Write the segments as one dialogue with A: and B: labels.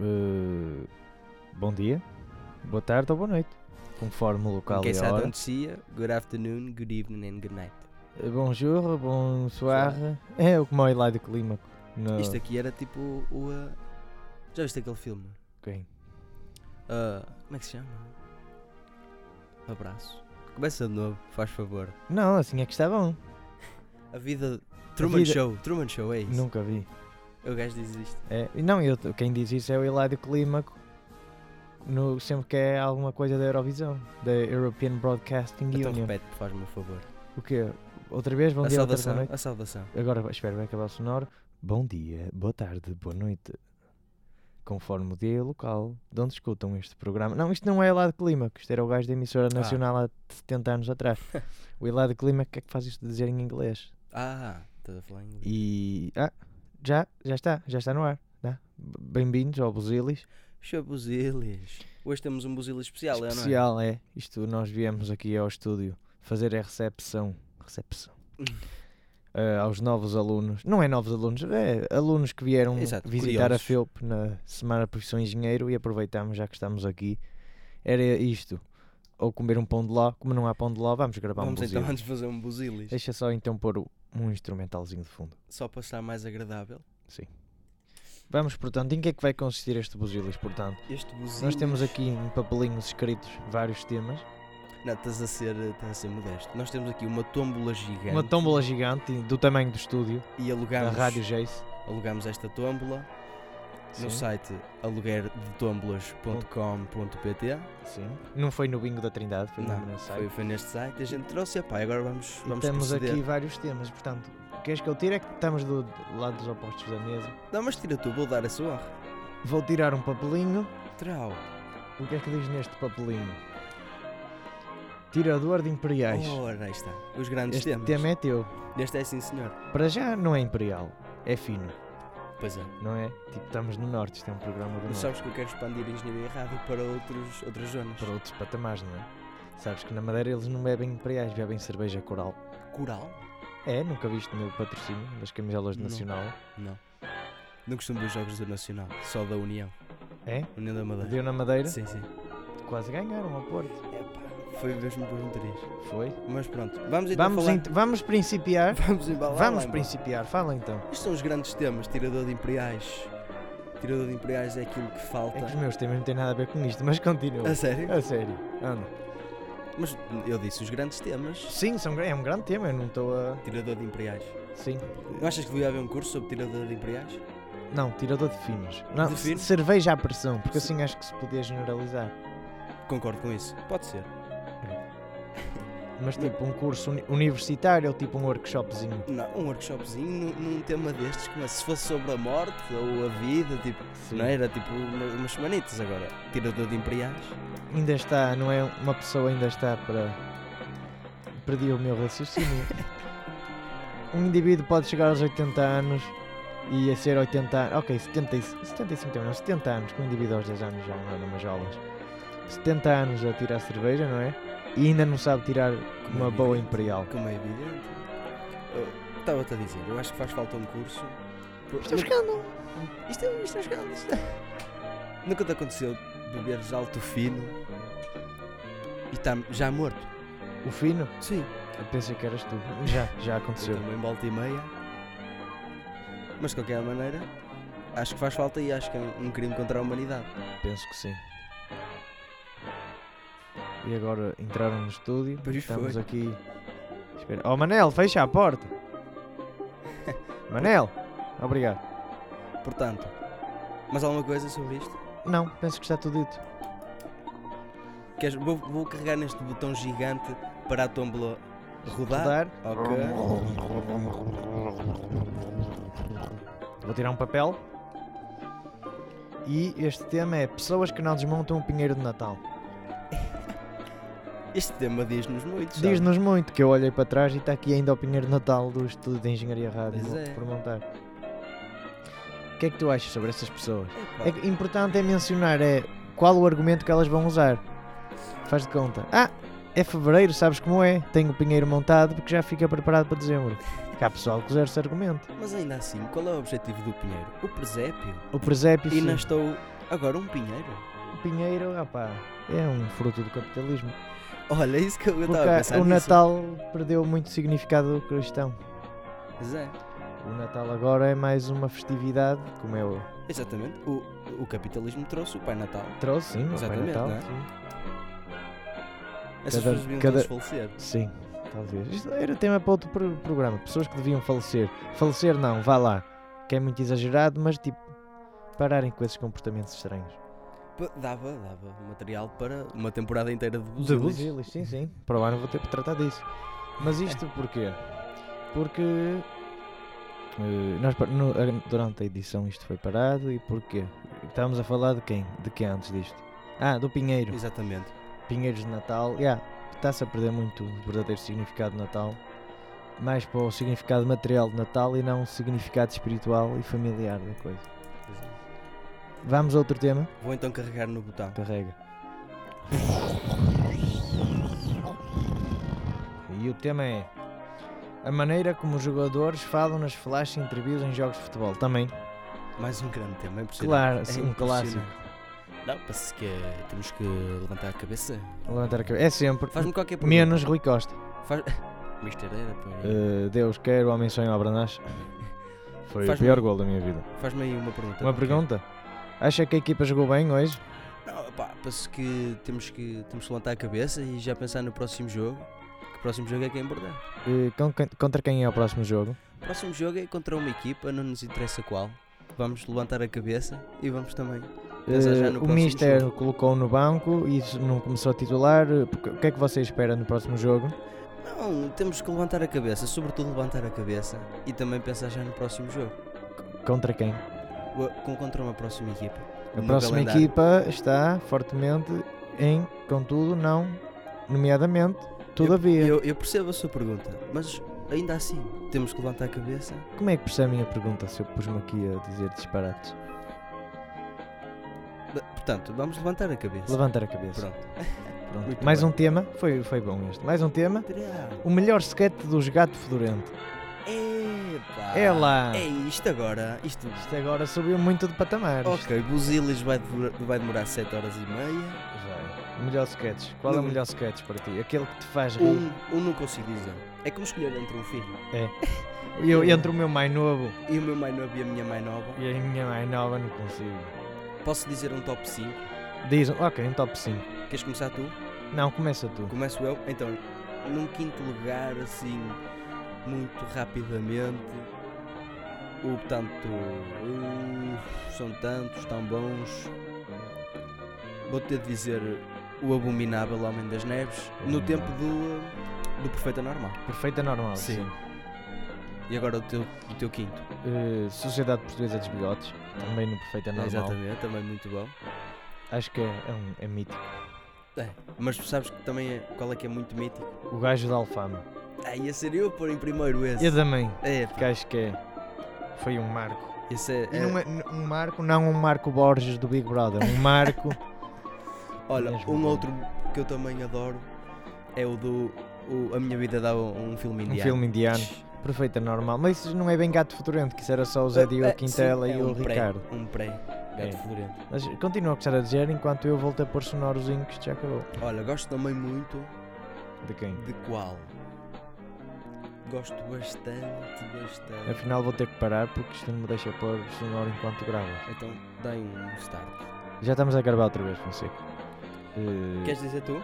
A: eh, bom dia, boa tarde ou boa noite, conforme o local
B: In
A: e
B: case
A: a
B: I
A: hora.
B: don't see you, good afternoon, good evening and good night.
A: Eh, Bonjour, bonsoir. É o que meu lá de clima. No...
B: Isto aqui era tipo o. o, ah, Já viste aquele filme?
A: Quem?
B: Ah, como é que se chama? Abraço. Começa de novo, faz favor.
A: Não, assim é que está bom.
B: A vida. Truman
A: vida-
B: Show, Truman Show, é isso.
A: Nunca vi.
B: O gajo diz isto.
A: É, e não, eu, quem diz isso é o Hilário Clímaco no, sempre que é alguma coisa da Eurovisão, da European Broadcasting
B: Então
A: Union.
B: repete, faz-me um favor.
A: O quê? Outra vez? Bom
B: a
A: dia, boa tarde, boa
B: salvação,
A: noite.
B: a salvação.
A: Agora vai- espero bem acabar o sonoro. Bom dia, boa tarde, boa noite. Conforme o dia e o local de onde escutam este programa. Não, isto não é Hilário Clímaco, isto era o gajo da emissora nacional há 70 anos atrás. o Hilário Clímaco é que faz isto de dizer em inglês.
B: Ah, estás a falar em inglês.
A: E. Ah, já, já está, já está no ar. Tá? Bem-vindos ao Buzilis.
B: Show Buzilis. Hoje temos um Buzilis especial, é, não é?
A: Especial, é. Isto nós viemos aqui ao estúdio fazer a recepção. Recepção.
B: Hum.
A: eh, aos novos alunos. Não é novos alunos, é alunos que vieram
B: Exato,
A: visitar a
B: curiosos.
A: FEUP na Semana Profissão Engenheiro e aproveitamos já que estamos aqui. Era isto. Ou comer um pão de ló. Como não há pão de ló, vamos gravar
B: Vamos
A: um
B: então
A: buzil.
B: antes fazer um Buzilis.
A: Deixa só então pôr o- um instrumentalzinho de fundo.
B: Só para estar mais agradável.
A: Vamos, portanto, em que é que vai consistir este buzilis, portanto?
B: Este Buzilis.
A: Nós temos aqui em papelinhos escritos vários temas.
B: Não, estás a ser, estás a ser modesto. Nós temos aqui uma tómbola gigante.
A: Uma tómbola gigante do tamanho do estúdio,
B: E
A: da
B: alugamos,
A: Rádio Jace.
B: alugamos esta tómbola
A: Sim,
B: no site aluguerdetombolas.com.pt.
A: sim. Não foi no bingo da Trindade, foi
B: Não,
A: mesmo no
B: foi,
A: site.
B: foi neste site. A gente trouxe, epá, e agora vamos,
A: E
B: vamos
A: temos
B: proceder.
A: aqui vários temas, portanto, queres que eu tire? É que estamos do lado dos opostos da mesa.
B: Não, mas tira tu, vou dar a sua.
A: Vou tirar um papelinho.
B: Trau.
A: O que é que diz neste papelinho? Tirador de imperiais.
B: Ora, aí está. Os grandes
A: este
B: temas.
A: tema é teu.
B: Neste é sim, senhor.
A: Para já não é imperial, é fino,
B: Pois é.
A: não é? Tipo, estamos no norte, isto é um programa do
B: Mas
A: norte.
B: sabes que eu quero expandir a engenharia errada para outros, outras zonas.
A: Para outros patamares, não é? Sabes que na Madeira eles não bebem imperiais, bebem cerveja coral.
B: Coral?
A: É, nunca viste no patrocínio das camisolas de
B: Não.
A: Nacional.
B: Não. Não costumo ver os jogos do Nacional, só da União.
A: É?
B: União da Madeira.
A: Deu na Madeira,
B: Sim, sim.
A: quase ganharam ao Porto.
B: Epá, foi mesmo por um triz.
A: Foi.
B: Mas pronto, vamos então
A: Vamos,
B: falar.
A: ent- vamos principiar.
B: Vamos embalar.
A: Vamos
B: lá, embora.
A: principiar, fala então.
B: Estes são os grandes temas, tirador de imperiais. Tirador de imperiais é aquilo que
A: É
B: falta.
A: que os meus temas não têm nada a ver com isto, mas continua.
B: A sério?
A: A sério, anda.
B: Mas eu disse os grandes temas.
A: Sim, são, gra- é um grande tema, eu não estou a.
B: Tirador de imperiais.
A: Sim.
B: Não achas que devia haver um curso sobre tirador de imperiais?
A: Não, tirador de finos. Não,
B: De fino?
A: c- cerveja à pressão, porque assim acho que se podia generalizar.
B: Concordo com isso. Pode ser.
A: Mas tipo um curso uni- universitário ou tipo um workshopzinho.
B: Não, um workshopzinho num, num tema destes, como é, se fosse sobre a morte ou a vida, tipo,
A: Sim.
B: não era tipo uma- umas semanitas agora. Tirador de imperiais.
A: Ainda está, não é? Uma pessoa ainda está para. Perdi o meu raciocínio. um indivíduo pode chegar aos 80 anos e a ser 80 anos. Ok, 70, e- 75 também, não, 70 anos, com um indivíduo aos 10 anos já não anda mais jovens. 70 anos a tirar cerveja, não é? E ainda não sabe tirar
B: Como é
A: uma boa
B: evidente.
A: imperial.
B: Como é evidente. Eu Estava-te a dizer, eu acho que faz falta um curso.
A: Estou chegando!
B: é um Isto é, isto é jogado, isto é- Nunca te aconteceu beberes alto fino e está já morto?
A: O fino?
B: Sim.
A: Eu pensei que eras tu. Já, já
B: Eu
A: aconteceu.
B: também volta e meia. Mas de qualquer maneira, acho que faz falta e acho que é um um crime contra a humanidade.
A: Penso que sim. E agora entraram no estúdio.
B: Pois
A: estamos
B: foi.
A: aqui. Espera. Oh Manel, fecha a porta! Manel! Obrigado.
B: Portanto, mas alguma coisa sobre isto?
A: Não, penso que está tudo dito.
B: Queres- vou, vou carregar neste botão gigante para a tómbola rodar.
A: Rodar.
B: Ok.
A: Vou tirar um papel. E este tema é Pessoas que não desmontam o pinheiro de Natal.
B: Este tema diz-nos muito. sabe?
A: Diz-nos muito que eu olhei para trás e está aqui ainda o Pinheiro de Natal do estudo de Engenharia Rádio
B: Pois é.
A: por montar. O que é que tu achas sobre essas pessoas?
B: Epá,
A: É que importante é mencionar é qual o argumento que elas vão usar. Faz de conta. Ah, é fevereiro, sabes como é? Tenho o pinheiro montado porque já fica preparado para dezembro. Cá pessoal que usar esse argumento.
B: Mas ainda assim, qual é o objetivo do Pinheiro? O presépio?
A: O presépio
B: E
A: sim.
B: não estou Agora, um pinheiro?
A: O pinheiro, opá, é um fruto do capitalismo.
B: Olha, é isso que eu estava a
A: Porque
B: pensar.
A: o
B: nisso.
A: Natal perdeu muito significado cristão.
B: Pois é,
A: O Natal agora é mais uma festividade, como eu
B: exatamente. O, o capitalismo trouxe o Pai Natal.
A: trouxe, sim, o Pai
B: Exatamente,
A: Natal.
B: não é?
A: Sim.
B: Essas
A: Cada-
B: pessoas deviam
A: cada-
B: todas falecer.
A: Sim, talvez. Isto era tema para outro pro- programa. Pessoas que deviam falecer. Falecer não, vá lá. Que é muito exagerado, mas tipo, pararem com esses comportamentos estranhos.
B: Pa- Dava, dava material para uma temporada inteira de
A: De
B: buzilis.
A: buzilis, sim, sim. Para lá não vou ter que tratar disso.
B: É.
A: Mas isto porquê? Porque eh, nós, pa- no- a- durante a edição isto foi parado e porquê? Estávamos a falar de quem? De quem antes disto? Ah, do Pinheiro.
B: Exatamente.
A: Pinheiros de Natal. Yeah, Está-se a perder muito o verdadeiro significado de Natal. Mais para o significado material de Natal e não o significado espiritual e familiar da coisa.
B: Pois é.
A: Vamos a outro tema?
B: Vou então carregar no botão.
A: Carrega. E o tema é a maneira como os jogadores falam nas flash interviews em jogos de futebol. Também,
B: Mais um grande tema, é impressionante.
A: claro,
B: É
A: um clássico.
B: impressionante. Não, parece que é- temos que levantar a cabeça.
A: Levantar a cabeça. É sempre.
B: Faz-me qualquer pergunta.
A: Menos Rui Costa.
B: Faz... Mister era, pá.
A: Eh, Deus quer, o homem sonha, abra nasce. Foi
B: Faz-me-
A: o pior gol da minha vida.
B: Faz-me aí uma pergunta.
A: Uma
B: qualquer.
A: pergunta? Acha que a equipa jogou bem hoje?
B: Não, pá, penso que temos, que temos que levantar a cabeça e já pensar no próximo jogo. Que o próximo jogo é que é importante.
A: Eh, com quem- contra quem é o próximo jogo?
B: O próximo jogo é contra uma equipa, não nos interessa qual. Vamos levantar a cabeça e vamos também. Pensar já
A: Eh,
B: no
A: o
B: próximo
A: Mister
B: jogo.
A: colocou no banco e isso não começou a titular. eh, porque- o que é que você espera no próximo jogo?
B: Não, temos que levantar a cabeça, sobretudo levantar a cabeça e também pensar já no próximo jogo.
A: Contra quem?
B: O- Com contra uma próxima equipa.
A: A
B: No
A: próxima
B: calendário.
A: equipa está fortemente em, contudo, não, nomeadamente, todavia.
B: Eu, eu percebo a sua pergunta, mas ainda assim temos que levantar a cabeça.
A: Como é que percebe a minha pergunta se eu pus-me aqui a dizer disparates?
B: Ba- Portanto, vamos levantar a cabeça.
A: Levantar a cabeça.
B: Pronto.
A: Pronto.
B: muito
A: Mais
B: bem.
A: um tema, foi, foi bom este. Mais um tema.
B: Material.
A: O melhor sketch dos gato fedorento.
B: Epá!
A: É lá!
B: É isto agora, isto.
A: Isto agora subiu muito de patamar. isto.
B: Ok, Buzilis vai, devora- vai demorar 7 horas e meia.
A: Vai. Melhor sketch. Qual é o
B: Não-
A: melhor sketch para ti? Aquele que te faz rir.
B: Uhum. Um, um não consigo dizer. É como escolher entre um filho.
A: Eu,
B: um-
A: entre o meu mais novo
B: E o meu mais novo e a minha mais nova.
A: e a minha mais nova não consigo.
B: Posso dizer um top 5?
A: Diz, ok, um top 5.
B: Queres começar tu?
A: Não, começa tu.
B: Começo eu. Então, num quinto lugar, assim, muito rapidamente. O tanto. uh, são tantos, tão bons. Vou ter de dizer o abominável Homem das Neves no tempo do, do Perfeito Normal.
A: Perfeita é normal.
B: Sim. E agora o teu, o teu quinto.
A: Eh, Sociedade Portuguesa dos Bigotes, também no Perfeita é Normal.
B: Exatamente, também muito bom.
A: Acho que é, é um, é mítico.
B: Mas tu sabes que também é, qual é que é muito mítico?
A: O gajo da Alfama.
B: Ah, ia ser eu a pôr em primeiro esse.
A: Eu também,
B: É,
A: que acho que é. Foi um marco.
B: esse é.
A: E
B: é-
A: não é- n- um marco, não um Marco Borges do Big Brother. Um marco.
B: Olha,
A: Mesmo
B: um
A: bom.
B: outro que eu também adoro é o do. o- a Minha Vida dá um, um filme
A: um
B: indiano.
A: filme indiano. Perfeita normal. Mas isso não é bem gato futurento, que isso era só o Zé Diogo
B: Ah, ah,
A: Quintela
B: sim,
A: e
B: é
A: o
B: um pré,
A: Ricardo.
B: Um pré. Gato
A: É.
B: fedorento.
A: Mas continua a gostar a dizer enquanto eu volto a pôr sonorozinho que isto já acabou.
B: Olha, gosto também muito
A: De quem?
B: de qual? Gosto bastante, bastante.
A: Afinal vou ter que parar porque isto não me deixa pôr sonoro enquanto grava.
B: Então, dai um start.
A: Já estamos a gravar outra vez, Fonseca. Eh,
B: Queres dizer tu?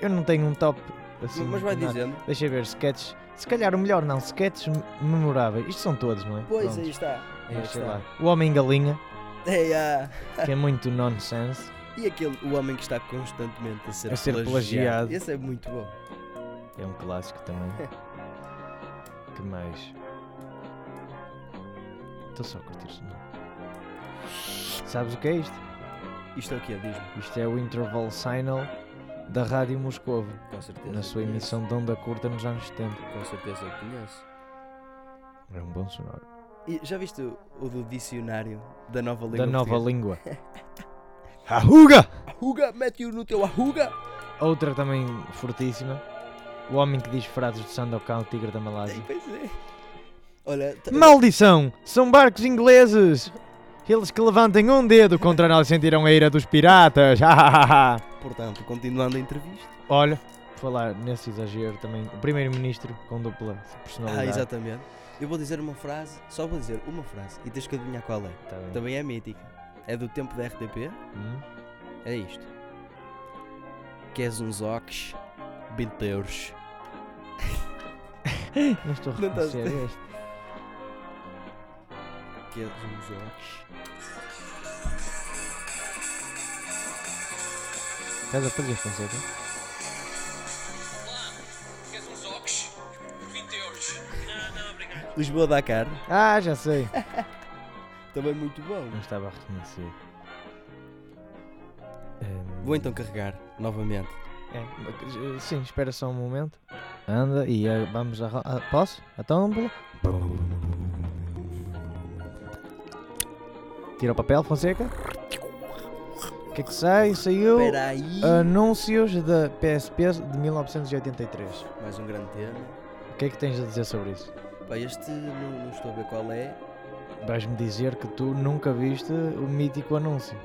A: Eu não tenho um top assim.
B: Mas vai
A: nada.
B: dizendo.
A: Deixa eu ver, sketches. Se calhar o melhor não, sketches me- memoráveis. Isto são todos, não é?
B: Pois,
A: Prontos.
B: aí está. Aí
A: Mas sei
B: está.
A: lá. O Homem Galinha,
B: É, ah.
A: que é muito nonsense.
B: E aquele, o homem que está constantemente a ser,
A: A ser plagiado.
B: Esse é muito bom.
A: É um clássico também.
B: É.
A: que mais? Estou só a curtir sonoro. Sabes o que é isto?
B: Isto é o que é, diz-me.
A: Isto é o Interval Signal da Rádio Moscovo,
B: Com certeza.
A: na
B: eu
A: sua
B: conheço.
A: emissão de onda curta nos anos 70.
B: Com certeza eu conheço.
A: É um bom sonoro.
B: E já viste o, o do dicionário da nova língua?
A: Da nova
B: portuguesa?
A: língua. Arruga!
B: Arruga, mete-o no teu arruga.
A: Outra também fortíssima. O homem que diz frases de Sandokan, o tigre da Malásia.
B: Ei, pois é. Olha, t-
A: Maldição! São barcos ingleses! Eles que levantem um dedo contra nós sentiram a ira dos piratas.
B: Portanto, continuando a entrevista.
A: Olha, por falar nesse exagero também, o primeiro-ministro com dupla personalidade.
B: Ah, exatamente. Eu vou dizer uma frase, só vou dizer uma frase e tens que adivinhar qual é.
A: Tá bem.
B: Também é mítica. É do tempo da RTP.
A: Hum?
B: É isto. Queres uns ox? 20 euros.
A: Não estou a
B: Não estás-
A: reconhecer este.
B: Queres uns ox?
A: Estás a fazer Fonseca?
C: Queres uns ox? 20 euros. Não, não, obrigado.
B: Lisboa Dakar.
A: Ah, já sei.
B: Também muito bom.
A: Não estava a reconhecer. Hum,
B: Vou então carregar novamente.
A: é, mas, eh, sim, espera só um momento. Anda e eh, vamos a, a posso? Então, A tómbola. Tira o papel, Fonseca. O que é que sai? Saiu
B: Espera aí.
A: anúncios da PSP de 1983.
B: Mais um grande tema.
A: O que é que tens a dizer sobre isso?
B: Pá, este não, não estou a ver qual é.
A: Vais-me dizer que tu nunca viste o mítico anúncio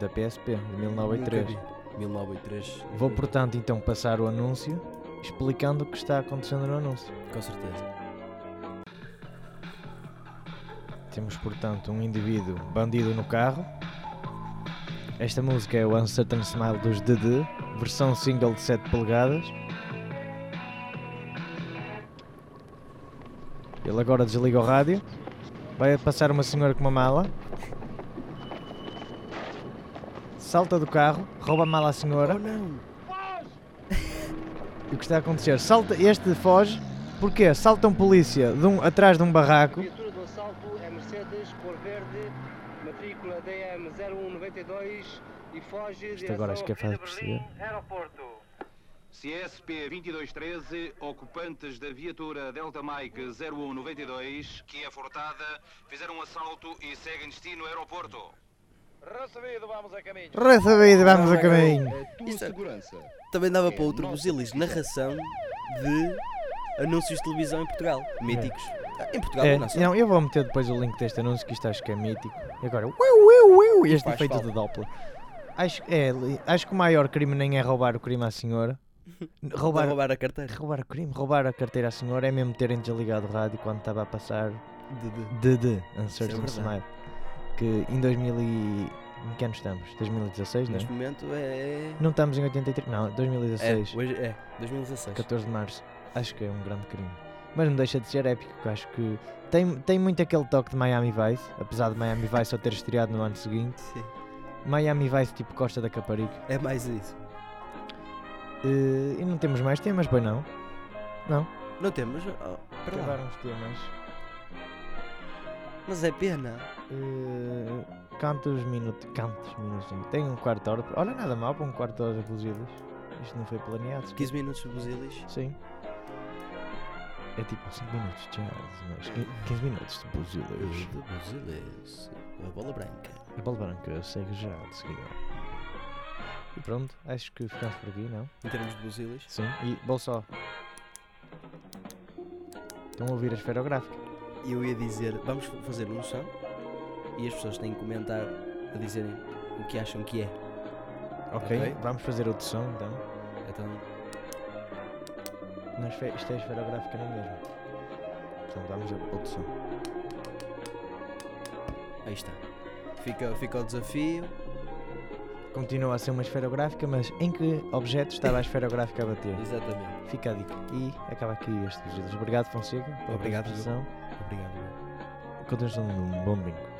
A: da PSP de 1983.
B: Nunca vi. 1983.
A: Vou, portanto, então passar o anúncio explicando o que está acontecendo no anúncio.
B: Com certeza.
A: Temos, portanto, um indivíduo bandido no carro. Esta música é o Uncertain Smile dos DD, versão single de 7 polegadas. Ele agora desliga o rádio. Vai passar uma senhora com uma mala. Salta do carro, rouba a mala à senhora.
B: Oh não!
A: E o que está a acontecer? Salta, este foge, porquê? Salta um polícia de um- atrás de um barraco.
D: Viatura do assalto é Mercedes cor verde, matrícula DM0192 e foge
A: Isto agora acho que é fácil de perceber.
D: Aeroporto.
E: CSP 2213, ocupantes da viatura Delta Mike 0192, que é furtada, fizeram um assalto e seguem destino ao aeroporto.
D: Recebido, vamos a caminho.
A: Recebido, vamos a caminho.
B: Isto é- Também dava para outro busilis narração de anúncios de televisão em Portugal. Míticos. Ah, Em Portugal
A: É,
B: não só.
A: não, eu vou meter depois o link deste anúncio que isto acho que é mítico. E agora, uiu, uiu, uiu, este
B: Faz
A: efeito
B: falta.
A: do Doppler. Acho, é, li- acho que o maior crime nem é roubar o crime à senhora.
B: Roubar,
A: Roubar, roubar.
B: roubar a carteira.
A: o crime, roubar a carteira à senhora é mesmo terem desligado o rádio quando estava a passar
B: De, de-
A: DD, Uncertain
B: Isso é
A: Smile.
B: verdade.
A: Que em 2000 e... em que ano estamos? 2016, não é?
B: Neste momento é.
A: Não estamos em 83, não,
B: É,
A: 2016,
B: hoje é, 2016.
A: 14 de março. Acho que é um grande crime. Mas não deixa de ser épico, que acho que tem, tem muito aquele toque de Miami Vice, apesar de Miami Vice só ter estreado no ano seguinte.
B: Sim.
A: Miami Vice tipo Costa da Caparica.
B: É mais isso.
A: Eh, e não temos mais temas, pois não?
B: Não temos. Oh, para lá.
A: Acabaram os temas.
B: Mas é pena.
A: Eh, cantos minutos. Cantos minutos. Tem um quarto de hora. Olha, nada mal para um quarto de hora de buzidas. Isto não foi planeado.
B: 15 minutos de busilis.
A: Sim. É tipo 5 minutos de jazz, mas 15 minutos de buzilas.
B: De busilis. É A bola branca.
A: A bola branca segue já de seguida. E pronto, acho que ficamos por aqui, não?
B: Em termos de busilis.
A: Sim. E vou só. Estão a ouvir a esferográfica.
B: E eu ia dizer, vamos fa- fazer um som e as pessoas têm que comentar a dizerem o que acham que é.
A: Ok.
B: Ok.
A: Vamos fazer outro som, então.
B: Então,
A: Mas fe- isto é esferográfica não é mesmo? Então vamos a outro som.
B: aí está. Fica, fica o desafio.
A: Continua a ser uma esferográfica, mas em que objeto estava a esferográfica a bater?
B: Exatamente.
A: Fica a dica. E acaba aqui este vídeo. Obrigado, Fonseca, pela
B: Obrigado,
A: apresentação.
B: Obrigado.
A: Continuação de um bom bingo.